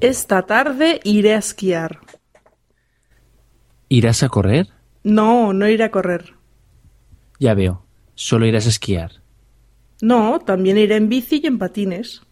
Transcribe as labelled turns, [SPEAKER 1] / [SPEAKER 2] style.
[SPEAKER 1] Esta tarde iré a esquiar.
[SPEAKER 2] ¿Irás a correr?
[SPEAKER 1] No, no iré a correr.
[SPEAKER 2] Ya veo, solo irás a esquiar.
[SPEAKER 1] No, también iré en bici y en patines.